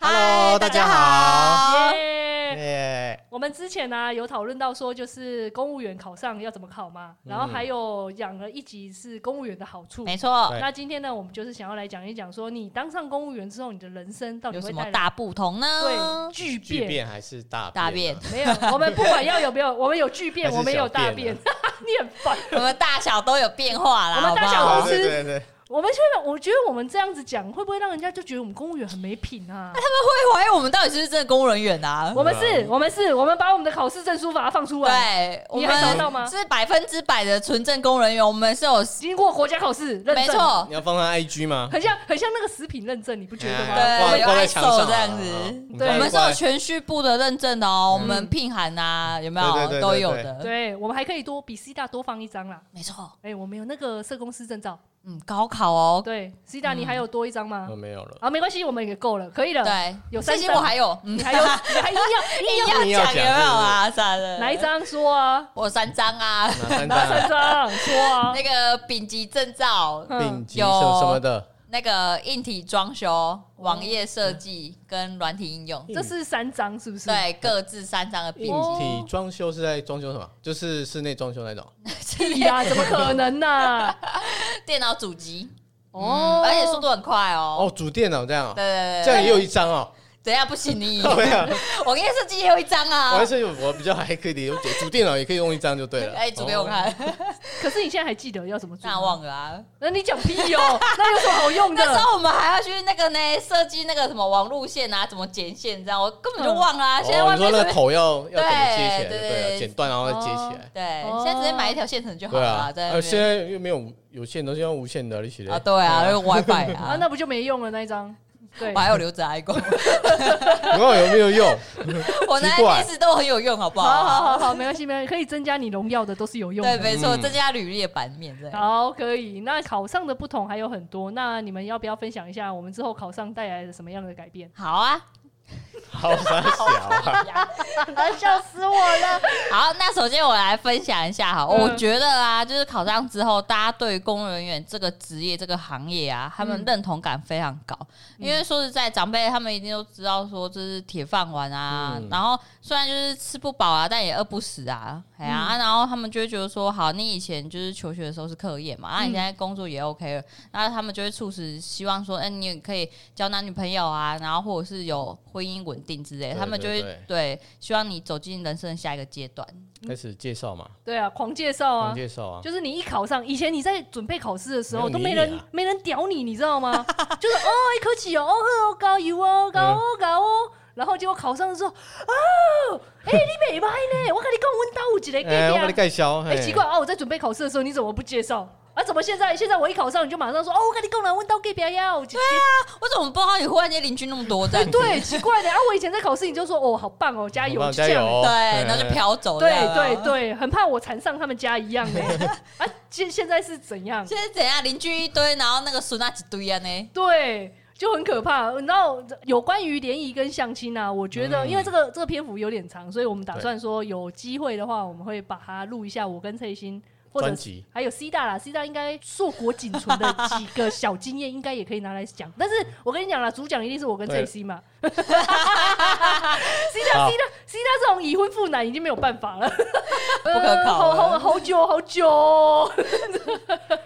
Hello，大家好。哎耶！耶我们之前呢、有讨论到说，就是公务员考上要怎么考嘛，嗯然后还有讲了一集是公务员的好处。没错，对那今天呢，我们就是想要来讲一讲，说你当上公务员之后，你的人生到底有会什带么来大不同呢对？巨巨变？变还是大大变变啊？，没有，我们不管要有没有，我们有巨还变， 是我们有小变大啊变。 你很烦。我们大小都有变化啦，我们好不大小好都？对是哦对对，我们现在，我觉得我们这样子讲，会不会让人家就觉得我们公务员很没品啊？会怀疑哎我们到底是不是真的公务人员啊？我们是，我们是，我们把我们的考试证书把它放出来，对，我你还找到们吗？是百分之百的纯正公务人员，我们是有经过国家考试认证，没错，你要放上 IG 吗？很像很像那个食品认证，你不觉得吗？哎对挂挂在有墙上 ISO 这样子啊对我们是有挂在全序部的认证的哦，嗯我们聘函啊，有没对对对对有都有的，对，我们还可以多比 C 大多放一张啦。没错，哎、我们有那个社工师证照，嗯，高考哦，对，C 大你还有多一张吗？我哦没有了，啊，没关系，我们也够了，可以了。对，有三这些张我还有，嗯你，还有， 你还硬要 硬硬要要讲讲有没有啊？算了，哪一？张说啊？我有三张啊，拿三张 拿三啊张说啊那。个丙级证照，嗯丙级什么有什么的，那个硬体装修、网页设计跟软体应嗯用，这是三张是不是？，对，各自三张的硬丙哦体装修是在装修哦什么？就是室内装修那种。级哎嗯呀、怎么可能呢、 电脑主机，哦、嗯而且速度很快哦。哦，主电脑这样哦，对啊对对，这样也有一张 哦。等一下不行 你，没有，网页设计也有一张我啊还。是我比较还可以理解，主电脑也可以用一张就对了。哦哎，煮给我看，可是你现在还记得要怎么做？那忘了啊。那你讲屁哦、那有什么好用 那时的？候我们还要去那个呢，设计那个什么网路线啊，怎么剪线这样，我根本就忘了啊。哦。现在外你说面那个随便头要要怎么接起来就对对对了，对剪断然后再接起来。对哦，现在直接买一条线程就好对了啊啊，，在那呃，现边在又没有无有线的，现在哦无线的，你起来啊，对啊，那个 WiFi 啊，啊，那不就没用了那一张？对我，还有留着 i 过，你看我有没有用？我那奇怪 S 都很有用，好不好好好好，没关系，没关系，可以增加你荣耀的都是有用的对，。没错，嗯增加履历的版面，对。好，可以。那考上的不同还有很多，那你们要不要分享一下我们之后考上带来了什么样的改变？好啊，好傻小 啊！笑死我了。好，那首先我来分享一下哈，嗯我觉得啊，就是考上之后，大家对公务人员这个职业、这个行业啊，他们嗯认同感非常高。因为说实在，长辈他们一定都知道说这是铁饭碗啊，嗯然后虽然就是吃不饱啊，但也饿不死啊，哎呀、嗯啊然后他们就会觉得说，好，你以前就是求学的时候是课业嘛，那啊你嗯现在工作也 OK 了，那他们就会促使希望说，哎、你也可以交男女朋友啊，然后或者是有婚姻稳定之类的，对他们就会对对希望你走进人生的下一个阶段。开始介绍嘛， 对啊，狂介哦绍先啊，介绍啊，就是你一考上，以前你在准备考试的时没候有都你没一人点啊没人屌你，你知道吗？就是哦，一科起哦，哦呵，哦高油哦，高哦高哦，然后结果考上的时候，哦，哎，你美拍呢？我跟你讲，我到有一个哎，我给你隔壁啊，盖销。哎，奇怪啊，我在准备考试的时候你怎么不介绍？啊，怎么现在现在我一考上你就马上说哦，我跟你讲啦，我到隔壁呀，有一个我怎么不知道你忽然间邻居那么多这 样子？对， 奇怪的啊！我以前在考试，你就说哦，好棒哦，加油，棒就加这样油！对，哎然后就。飘走。对这样啊对。对，很怕我缠上他们家一样呢。啊，现现在是怎样？现在怎样？邻居一堆，然后那个孙那几堆啊呢？对，就很可怕。然后有关于联谊跟相亲啊，我觉得、嗯因为这个这个篇幅有点长，所以我们打算说有机会的话，我们会把它录一下我跟翠欣。或者专是辑还有 C 大啦，C 大应该硕果仅存的几个小经验，应该也可以拿来讲。但是我跟你讲啦，主讲一定是我跟对 J C 嘛。C 大好 C 大 C 大这种已婚妇男已经没有办法了，不可考好了好好久好久 哦、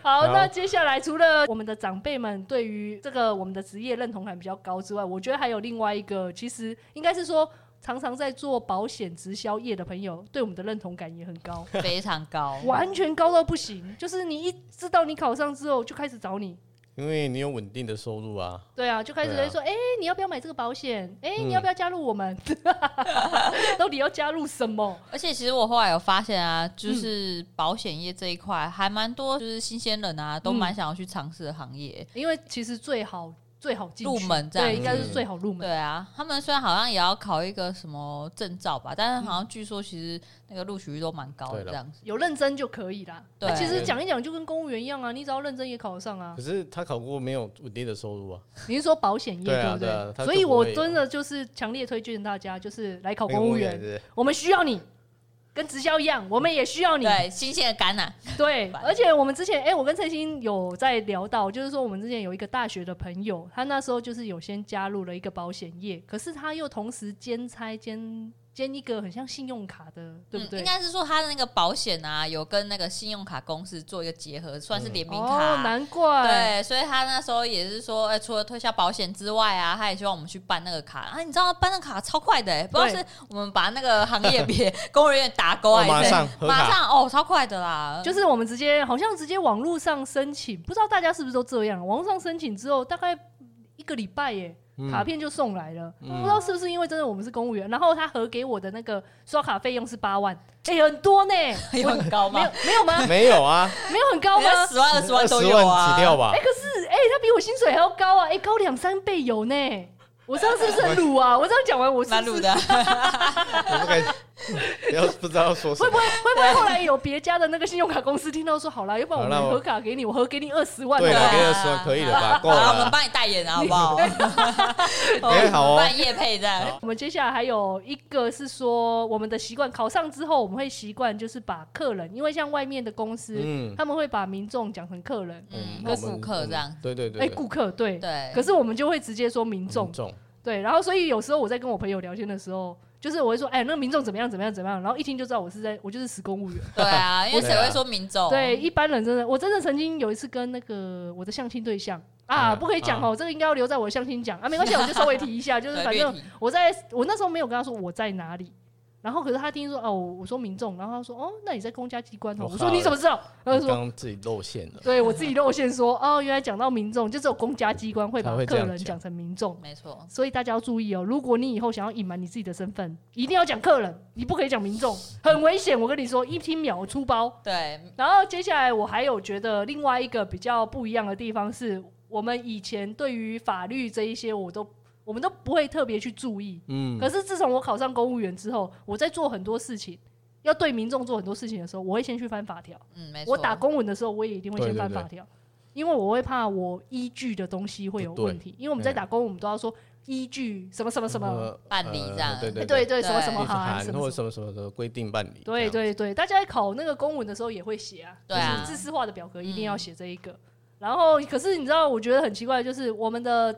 好，好那接下来除了我们的长辈们对于这个我们的职业认同感比较高之外，我觉得还有另外一个，其实应该是说。常常在做保险直销业的朋友，对我们的认同感也很高，非常 高。完全高到不行。就是你一知道你考上之后，就开始找你，因为你有稳定的收入啊，对啊，就开始对啊在说，哎、你要不要买这个保险？哎、嗯你要不要加入我们？ 到底要加入什么？而且其实我后来有发现啊，嗯就是保险业这一嗯块还蛮多，就是新鲜人啊，都蛮想要去尝试的行业。因为其实最好最好进去入门这样对，应该子是最好入门。对啊，他们虽然好像也要考一个什么证照吧，但是好嗯像据说其实那个录取率都蛮高的对了这样子。有认真就可以啦。对啊其实讲一讲就跟公务员一样啊，你只要认真也考得上啊可。是他考过没有稳定的收入啊？你是说保险业对啊不对啊他对？就所以不我会有真的就是强烈推荐大家，就是来考那个公务是不员，是我们需要你。跟直销一样，我们也需要你。对，新鲜的啊橄榄，对，烦而且我们之前，哎、我跟陈星有在聊到，就是说我们之前有一个大学的朋友，他那时候就是有先加入了一个保险业，可是他又同时兼差兼兼一个很像信用卡的，对不嗯对？应该是说他的那个保险啊，有跟那个信用卡公司做一个结合，算是联名卡、哦，难怪，对，所以他那时候也是说，哎、除了推销保险之外啊，他也希望我们去办那个卡啊。你知道办那个卡超快的、哎，不知道对是我们把那个行 业别 工人员打勾啊哦还是、马上核马卡，上哦，超快的啦，就是我们直接好像直接网络上申请，不知道大家是不是都这样？啊网络上申请之后，大概一个礼拜耶，嗯卡片就送来了。嗯不知道是不是因为真的我们是公务员，然后他核给我的那个刷卡费用是八万，哎、很多 呢，有很高没有吗？没有吗？没有啊，没有很高吗？ 十万、二十万都20有啊，起跳吧 哎、？可是哎、他比我薪水还要高啊！哎、高两三倍有呢。我这样是不是很鲁 啊？我这样讲完，我是蛮不鲁是的。我不敢，不要 不知道说什会么不。会会不会后来有别家的那个信用卡公司听到说，好啦，要不然我好啦们我核卡给你，我核给你二十万对好不了，好啊给二十万可以了 吧？够好我了们啦。帮你代言啊，好 不好？哎好哦办夜配这样。我们接下来还有一个是说，我们的习惯考上之后，我们会习惯就是把客人，因为像外面的公司，嗯，他们会把民众讲成客人，嗯，那我跟们顾客这样。。对对哎、对，对顾客对。对，可是我们就会直接说民众民，众对，然后所以有时候我在跟我朋友聊天的时候，就是我会说，哎、那个民众怎么样怎么样怎么样，然后一听就知道我是在我就是死公务员。对啊，因为谁会说民众？哦对，，一般人真的，我真的曾经有一次跟那个我的相亲对象啊，啊不可以讲哦，这个应该要留在我的相亲讲啊，没关系，我就稍微提 一下，就是对反略正提我在我那时候没有跟他说我在哪里。然后，可是他听说哦，我我说民众，然后他说哦，那你在公家机关哦。我我靠说你怎么知道？他刚就说刚自己露馅了，对我自己露馅说哦，原来讲到民众，就只有公家机关会把才会这客样人讲讲成民众。没错。所以大家要注意哦，如果你以后想要隐瞒你自己的身份，一定要讲客人，你不可以讲民众，很危险。我跟你说，一听秒出包。对，然后接下来我还有觉得另外一个比较不一样的地方是，我们以前对于法律这一些，我都我们都不会特别去注意。嗯可，是自从我考上公务员之后，我在做很多事情，要对民众做很多事情的时候，我会先去翻法条。嗯，没错。我打公文的时候，我也一定会先翻法条，因为我会怕我依据的东西会有问题。因为我们在打公文，我们都要说依据什么什么什么，呃办理这样呃对对对哎对对，对，什么什么立法函函什或么者什么。什么什么的规定办理。对对对，大家在考那个公文的时候也会写啊。对啊自，式化的表格一定嗯要写这一个。然后，可是你知道，我觉得很奇怪，就是我们的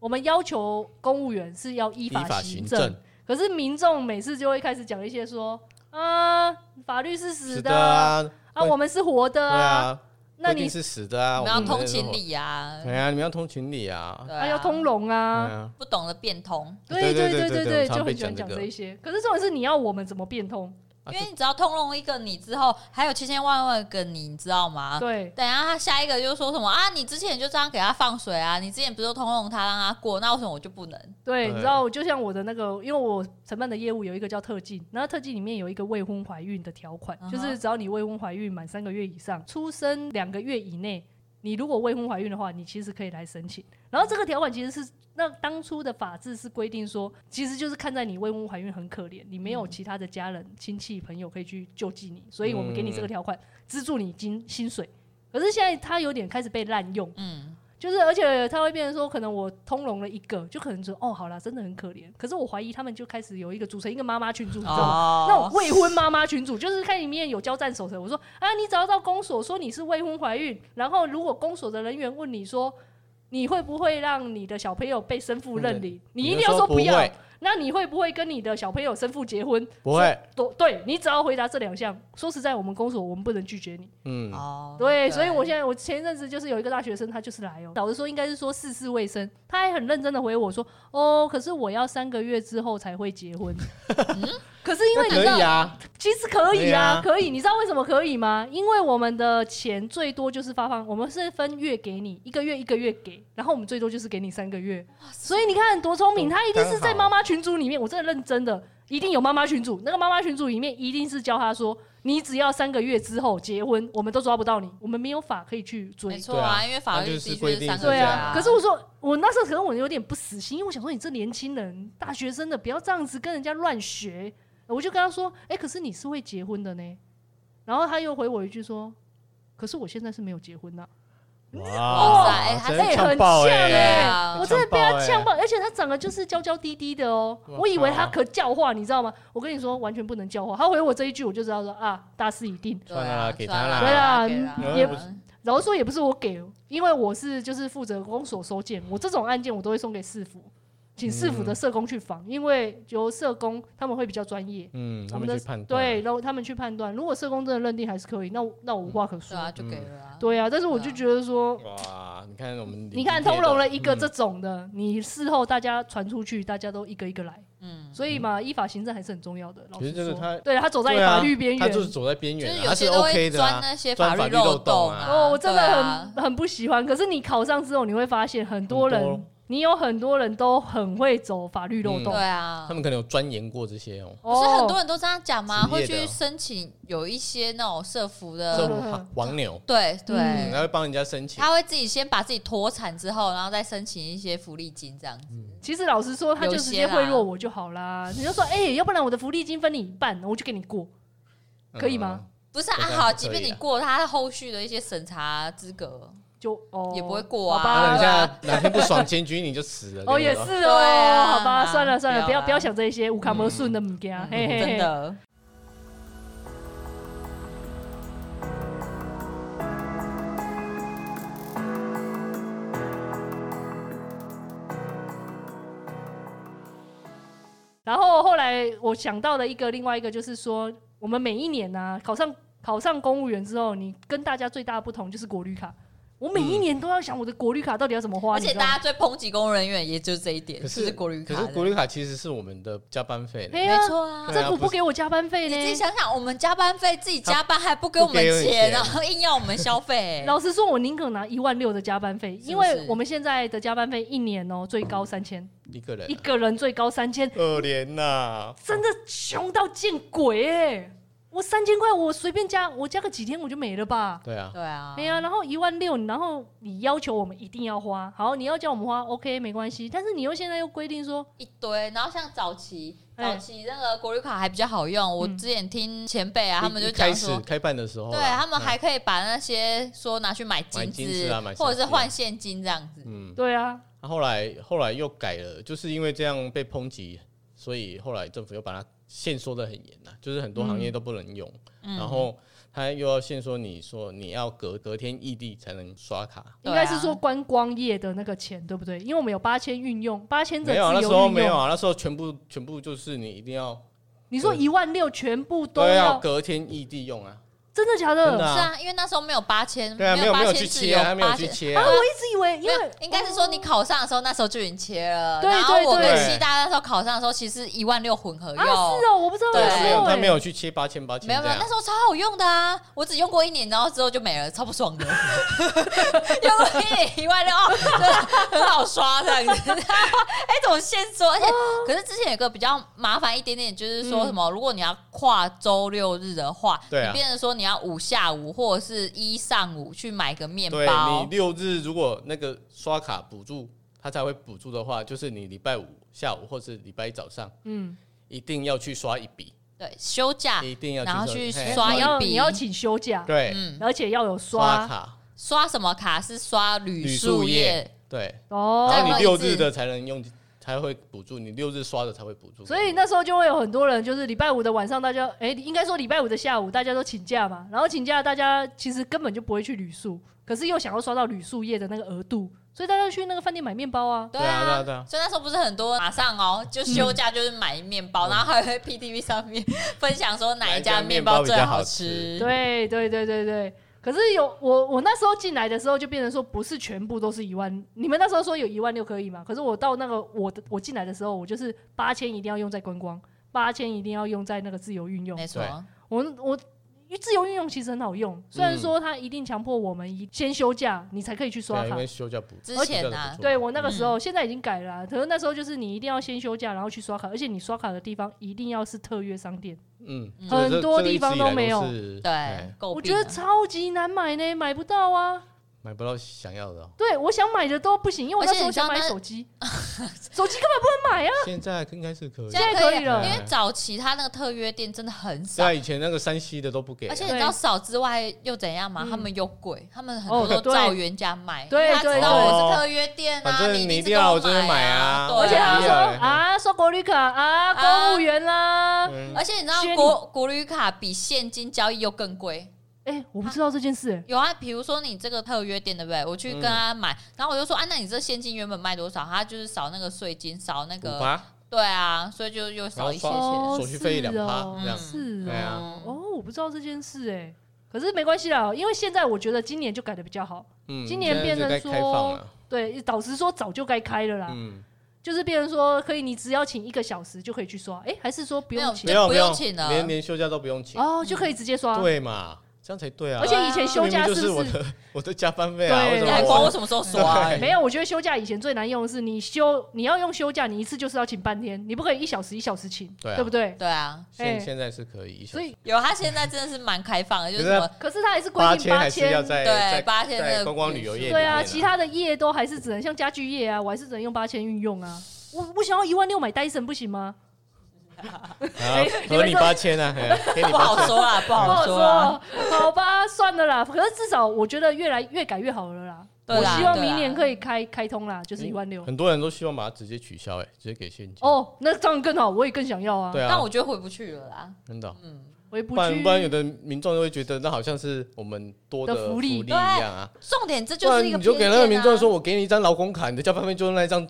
我们要求公务员是要依这样，依法法行行政，政可是民众每次就会开始讲一些说啊，法律是死是的的啊，对啊我们是活的啊，啊，那规定你是死的啊，我我们要们通那时候情。理啊，对啊，你们要通情理啊。对啊啊，要通融对啊。啊，不懂得变通，对对对对对对对我对，常就被很喜欢讲讲这这个一些。可是重点是你要我们怎么变通？啊因为你只要通融一个你之后，还有千千万万个你，你知道啊吗？对等一下，他下一个就说什么啊？你之前就这样给他放水啊？你之前不是都通融他让他过，那为什么我就不能？对，对你知道，就像我的那个，因为我承办的业务有一个叫特进，然后特进里面有一个未婚怀孕的条啊款，嗯哼就是只要你未婚怀孕满三个月以上，出生两个月以内，你如果未婚怀孕的话，你其实可以来申请。然后这个条款其实是那当初的法制是规定说，其实就是看在你未婚怀孕很可怜，你没有嗯其他的家人、亲戚、朋友可以去救济你，所以我们给你嗯这个条款，资助你金薪水。可是现在它有点开始被滥用，嗯，就是，而且他会变成说，可能我通融了一个，就可能说，哦，好啦，真的很可怜。可是我怀疑他们就开始有一个组成一个妈妈群组，你知道吗？那种哦，未婚妈妈群组，就是看里面有交战守则。我说啊，你只要到公所说你是未婚怀孕，然后如果公所的人员问你说你会不会让你的小朋友被生父认领，你一定要说不不要会。，那你会不会跟你的小朋友生父结婚？不会，对，对你只要回答这两项。说实在，我们公所我们不能拒绝你。嗯，哦，对，所以我现在我前一阵子就是有一个大学生，他就是来哦，老实说应该是说事事未生，他还很认真的回我说，哦，可是我要三个月之后才会结婚。可是因那为你知可道以，啊，其实可以对啊啊，可以，你知道为什么可以吗？因为我们的钱最多就是发放，我们是分月给你，一个月一个月给，然后我们最多就是给你三个月。所以你看多聪明，都他一定是在刚好妈妈群组里面，我真的认真的，一定有妈妈群组，那个妈妈群组里面一定是教他说，你只要三个月之后结婚，我们都抓不到你，我们没有法可以去追没。错啊，对啊因为法律那的确就是规定三是这个对月样啊，可是我说，我那时候可能我有点不死心，因为我想说你这年轻人、大学生的，不要这样子跟人家乱学。我就跟他说，哎、可是你是会结婚的呢。然后他又回我一句说，可是我现在是没有结婚呐、 哇塞哎还真哎、呛很爆像哎、哎、啊我真的被他呛呛爆，而且他长得就是娇娇滴滴的哦、哇我以为他可教化，你知道吗？我跟你说，完全不能教化。他回我这一句，我就知道说啊，大势已定。对算了啦啊，给算他了啦对给啊啦也然后说也不是我给，因为我是就是负责公所收件，我这种案件我都会送给市府，请市府的社工去访，因为由社工他们会比较专业，嗯，他我们们的去判断，对，然后他们去判断，如果社工真的认定还是可以，那我那我无话可说对，嗯啊，就给了啊。对啊，但是我就觉得说，哇，你看我们，你看通融了一个这种的，你事后大家传出去，大家都一个一个来，嗯，所以嘛，依法行政还是很重要的。老其实实这个说他对他走在对啊法律边他缘就，是走在边就缘是啊，有他是些都会 OK 的钻啊，那些钻律法律漏漏洞啊。啊哦，我真的对很、啊很不喜欢。可是你考上之后，你会发现很多人，很多你有很多人都很会走法律漏洞。对啊他。们可能有钻研过这些哦，哦，不是很多人都这样讲吗？职会业的哦去申请有一些那种社服呃这嗯的，种行黄牛，对嗯，对，他会帮人家申请，他会自己先把自己脱产之后，然后再申请一些福利金这样子。嗯其实老实说，他就直接有些啦贿赂我就好啦。你就说，哎、要不然我的福利金分你一半，我就给你过。嗯可以吗？不是啊，对啊这样好，可以即便你啊过他后续的一些审查资格，就哦，也不会过啊好那吧等一对下哪天不爽检举你就死 了。哦，对也不对是对哦，啊好吧，算了算了，不不要要啦不要想这些无卡摩顺的物件，啊嘿嘿真嘿。的。然后后来我想到的一个另外一个就是说，我们每一年呢、考上考上公务员之后，你跟大家最大的不同就是国旅卡。我每一年都要想我的国旅卡到底要怎么花，而你且知道吗大家最抨击公务人员，也就是这一点，可就是是国旅卡可的。是国旅卡其实是我们的加班费嘞，哎没呀，错啊对。啊政府不不是给我加班费你自己呢。，想想，我们加班费自己加班还不给我们不给我们钱，钱然后硬要我们消费 老实说，我宁可拿一万六的加班费，不是因为我们现在的加班费一年哦、最高三千，一个人一个人最高三千，二连呐，真的穷到见鬼哎、我三千块，我随便加，我加个几天我就没了吧？对啊，对啊，对啊，然后一万六，然后你要求我们一定要花，好，你要叫我们花，OK，没关系。但是你又现在又规定说，一堆。然后像早期，哎嗯早期那个国旅卡还比较好用，我嗯之前听前辈啊，一他们就一开讲始说。开办的时候啊，对他们嗯还可以把那些说拿去买买金金子，子啊买或手者是机啊换现金这样子。嗯，对啊，那后来后来又改了，就是因为这样被抨击，所以后来政府又把它限缩的很严呐，就是很多行业都不能用，嗯然后他又要限缩你说你要隔隔天异地才能刷卡，应该是说观光业的那个钱，对不对？因为我们有八千运用，八千的没自有啊那时由候运没有用。啊，那时候全部全部就是你一定要你说一万六全部都都要要，隔天异地用啊，真的假真的的？啊是啊，因为那时候没有八千，对啊，没有八没有千去是切啊，他没有八去千。切啊，啊。我一直以为，因哦没有为，应该是说你考上的时候，那时候就已经切了。对然后对我跟对西大那时候考上的时候，其实一万六混合啊用。是哦，我不知道对那啊，没时有候他没哎，有去切八千八千，没有没有，那时候超好用的啊！我只用过一年，然后之后就没了，超不爽的。用过一年一万六，哦真的很好刷这样子。哎，怎么先说？哦而且，可是之前有个比较麻烦一点点，就是说什么，如果你要跨周六日的话，嗯对啊你变成说你要五下午或者是一上午去买个面对包你，六日如果那个刷卡补助，他才会补助的话，就是你礼拜五下午或是礼拜一早上嗯，一定要去刷一笔，对，休假一定要啊然后去去刷嘿刷哎你一要笔你要请休假，对、嗯，而且要有刷刷卡刷什么卡是刷铝铝树树叶叶，对，哦然后再你问一六次日的才能用，才会补助，你六日刷的才会补助。所以那时候就会有很多人，就是礼拜五的晚上，大家哎、应该说礼拜五的下午大家都请假嘛，然后请假大家其实根本就不会去旅宿，可是又想要刷到旅宿业的那个额度，所以大家去那个饭店买面包啊。对对啊对啊啊对啊所以那时候不是很多马上哦，就休假就是买面嗯包，然后还会 PTV 上面 分享说哪一家面最好吃。对对对对对。可是有我我那时候进来的时候就变成说不是全部都是一万，你们那时候说有一万六可以嘛？可是我到那个我的我进来的时候，我就是八千一定要用在观光，八千一定要用在那个自由运用，没错，我我因为自由运用其实很好用，虽然说它一定强迫我们一先休假，你才可以去对刷啊，因卡为。休假补之休假前的啊补助对我那个时候，现在已经改了啊、可是那时候就是你一定要先休假，然后去刷卡，而且你刷卡的地方一定要是特约商店。嗯，嗯这个很多地方这个一直以来都没有是对哎，诟病啊我觉得超级难买呢，买不到啊。买不到想要的哦。对，我想买的都不行，因为我而那且时候你知道想买那手机，手机根本不能买啊。现在应该是可以现，在在可啊可以了因为早期他那个特约店真的很少对，啊，以前那个山西的都不给啊，而且你知道少之外又怎样吗？嗯他们又贵，他们很多哦都对照原价卖，对因为他对知道我对是特约店啊，反正你你一一定定是要跟我这边买买啊对而且他还还要 说对啊，刷国旅卡啊，公务员啦、嗯而且你知道削你国国旅卡比现金交易又更贵。哎、我不知道这件事、哎有啊，比如说你这个特约店对不对？我去跟嗯他买，然后我就说啊，那你这现金原本卖多少？他就是少那个税金，少那五个，八，对啊，所以就又少一些然后钱。哦，手续费是2%哦这样是对啊哦，嗯，哦，我不知道这件事、哎，可是没关系啦，因为现在我觉得今年就改的比较好，嗯，今年现在变是成该开放说了，对，导师说早就该开了啦，啊嗯，就是变成说可以，你只要请一个小时就可以去刷，哎、还是说不没有用没请有不没用有请了连连休假都不用请，哦，就可以直接刷，对嘛，这样才对啊。而且以前休明假明就是不我是？的我的加班费啊，对为什你么还管我我什么时候刷、欸？没有，我觉得休假以前最难用的是你休，你要用休假，你一次就是要请半天，你不可以一小时一小时请，对啊不对？对啊，哎现现在是可以一小时，所以有他现在真的是蛮开放的，就是可是什么可是它还是规八定千八还是要千，在对在八千在的观光旅游业里对啊，面其他的业都还是只能像家具业啊，我还是只能用八千运用啊。我我想要一万六买 Dyson 不行吗？啊合理八千啊，嘿给你 不八好千，说啦，不不好好说啦。啊说，好吧，算了啦。可是至少我觉得越来越改越好了啦。对我啊啦希望对啦明年可以开开通啦，就是一万六。很多人都希望把它直接取消，哎，直接给现金。哦，那当然更好，我也更想要啊。对但啊我，觉得回不去了啦。真的哦。嗯，回不不然去不然，有的民众就会觉得那好像是我们多的福福利一样啊。重点这不就然是一个、啊你就给那个啊民众说，，我给你一张劳工卡，你的加班费就是那一张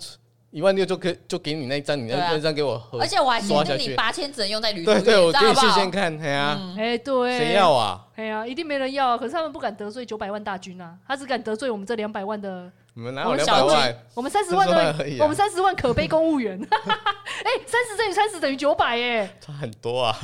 一万六，就可以就给你那一张，你那对啊那张给我合而。且我还限刷下定你去八千只能用在旅途对对，我知给你道事好先不好？看，哎呀，嗯，哎，对，谁要啊？哎呀，一定没人要啊！可是他们不敢得罪九百万大军啊，他只敢得罪我们这两百万的，你们哪我有啊们两小百军万？我们三十万的， 30万而已啊我们三十万可悲公务员。 哎，三十乘以三十等于九百哎！差很多啊，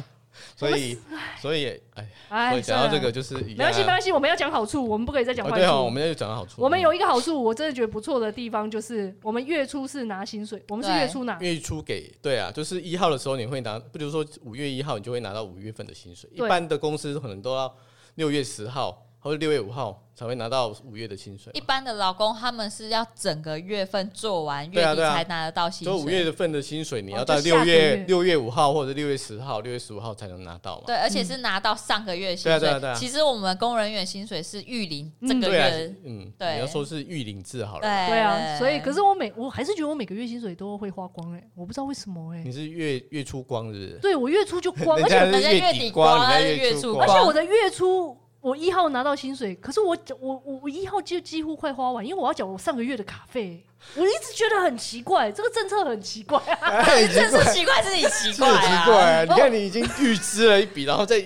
所以所以哎，所哎，以讲到算了这个就是一没样啊关系，没关系，我们要讲好处，我们不可以再讲哦坏对处。哦，我们要讲到好处，嗯我们有一个好处，我真的觉得不错的地方就是，我们月初是拿薪水，我们是对月初拿，月初给对啊，就是一号的时候你会拿，比如说五月一号你就会拿到五月份的薪水，一对般的公司可能都要六月十号或者六月五号才会拿到五月的薪水一，般的劳工他们是要整个月份做完，对啊月底对啊才拿得到薪所水。以五月份的薪水你哦要就到下六个月月六月五号或者六月十号、六月十五号才能拿到嘛。嗯对，而且是拿到上个月的薪水。对啊对啊对啊其实我们工人员薪水是预领这个对啊月，，嗯，对你要说是预领制好对了，对啊，所以可是我每我还是觉得我每个月薪水都会花光哎、我不知道为什么哎、你是月月初光是不是？对我月初就光，嗯人而且家人家是月月底底光光，人家人家是月月初初光而且我的月初我一号拿到薪水，可是我我我我一号就几乎快花完，因为我要缴我上个月的卡费。我一直觉得很奇怪，这个政策很奇 怪啊！太哎奇这怪是奇怪，是你奇这怪很啊，奇怪啊！你看你已经预支了一笔，然后再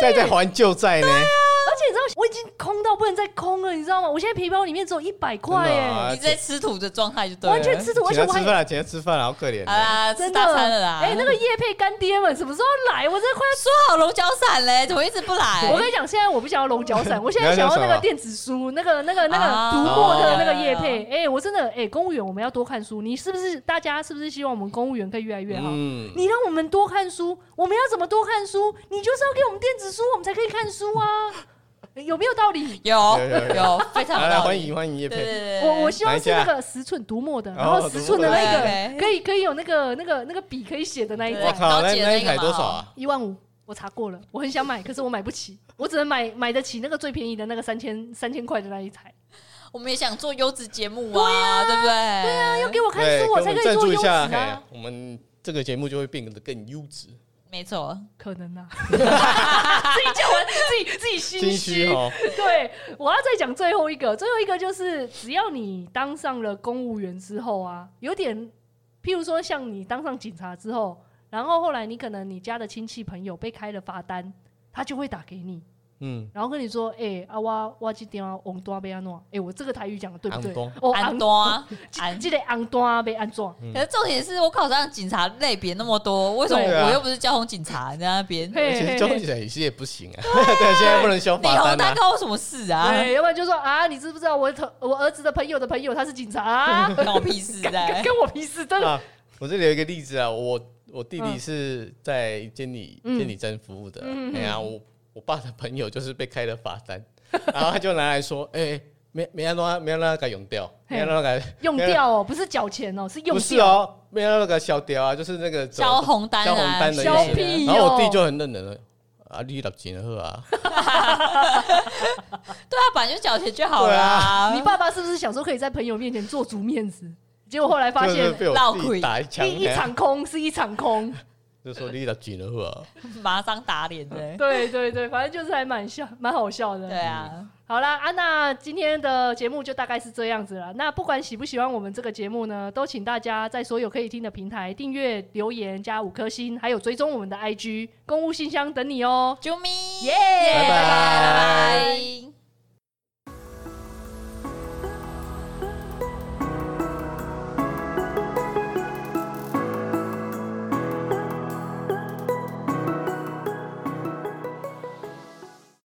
再再还旧债呢，而且你知道，我已经空到不能再空了，你知道吗？我现在皮包里面只有一百块真耶的，啊你在吃土的状态就对了，完全吃土，而请且他吃啊我还饭啊了，请他吃饭了，好可怜好啊。啦，吃真大的餐了啦。哎、那个叶配干爹们什么时候来？我真的快说好龙角散嘞，怎么一直不来？要！我跟你讲，现在我不想要龙角 散，我现在想要那个电子书，那个、那个、那啊哦个读墨的那个叶配。哎、我真的哎、公务员我们要多看书。你是不是大家是不是希望我们公务员可以越来越好？嗯，你让我们多看书，我们要怎么多看书？你就是要给我们电子书，我们才可以看书啊， 有没有道理？有有有有非常来来有道欢理，迎欢迎叶对对佩，对，对我我希望是哪那个十寸读墨的，哦然后十寸的那读墨的个，可以可以有那个那个那个笔可以写的那一对我款，靠，高那级的那那一个台嘛多少啊？一万五。我查过了，我很想买，可是我买不起，我只能买买得起那个最便宜的那个三千三千块的那一台。我们也想做优质节目啊，对不对？对啊，要给我看对，哎书，给我们才可以赞做助一优质下，哎嘿啊。，我们这个节目就会变得更优质。没错，可能啊， 自己讲完自己自己心心虚虚哦，对，我要再讲最后一个，最后一个就是，只要你当上了公务员之后啊，有点，譬如说像你当上警察之后，然后后来你可能你家的亲戚朋友被开了罚单，他就会打给你，嗯，然后跟你说，哎、啊我我这点啊，红单被安怎？哎、我这个台语讲的对不对红单？哦，安红多啊，安单，这个红单被安怎？嗯可是重点是我考上警察类别那么多，为什么对啊我又不是交通警察在那边？嘿李而且交通警察也是也不行啊， 对，现在不能修罚红单单啊，哦关我什么事啊？ 对，要不然就说啊，你知不知道我的同我儿子的朋友的朋友他是警察、 啊，关我屁事跟在。跟我屁事，真的。啊，我这里有一个例子啊，我我弟弟是在监理、嗯监理站服务的，嗯哎呀、我我爸的朋友就是被开了罚单，然后他就拿来说，哎、没没让他没让他给用掉，嘿没让他给用掉哦，不是缴钱哦，是用不是掉。哦，没让他给消掉啊，就是那个走交红单啊，交红单的意消思。屁然后我弟哦就很认真了。啊，你六钱喝啊？对啊，本来就缴钱就好对啊啦。你爸爸是不是想说可以在朋友面前做足面 子？结果后来发就是现被我闹弟鬼打一枪，哎一一场空是一场空。就说你六钱喝啊？马上打脸的，对对对，反正就是还蛮笑，蛮好笑的。对啊，好啦，啊，那今天的节目就大概是这样子了。那不管喜不喜欢我们这个节目呢，都请大家在所有可以听的平台订阅、留言加五颗星，还有追踪我们的 IG 公务信箱等你哦、啾咪，耶耶拜拜拜拜。